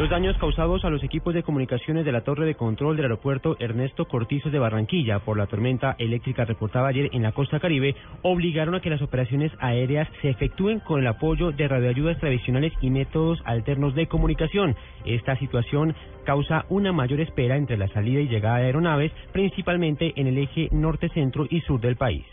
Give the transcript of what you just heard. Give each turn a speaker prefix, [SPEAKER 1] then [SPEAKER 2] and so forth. [SPEAKER 1] Los daños causados a los equipos de comunicaciones de la torre de control del aeropuerto Ernesto Cortizos de Barranquilla por la tormenta eléctrica reportada ayer en la costa caribe obligaron a que las operaciones aéreas se efectúen con el apoyo de radioayudas tradicionales y métodos alternos de comunicación. Esta situación causa una mayor espera entre la salida y llegada de aeronaves, principalmente en el eje norte, centro y sur del país.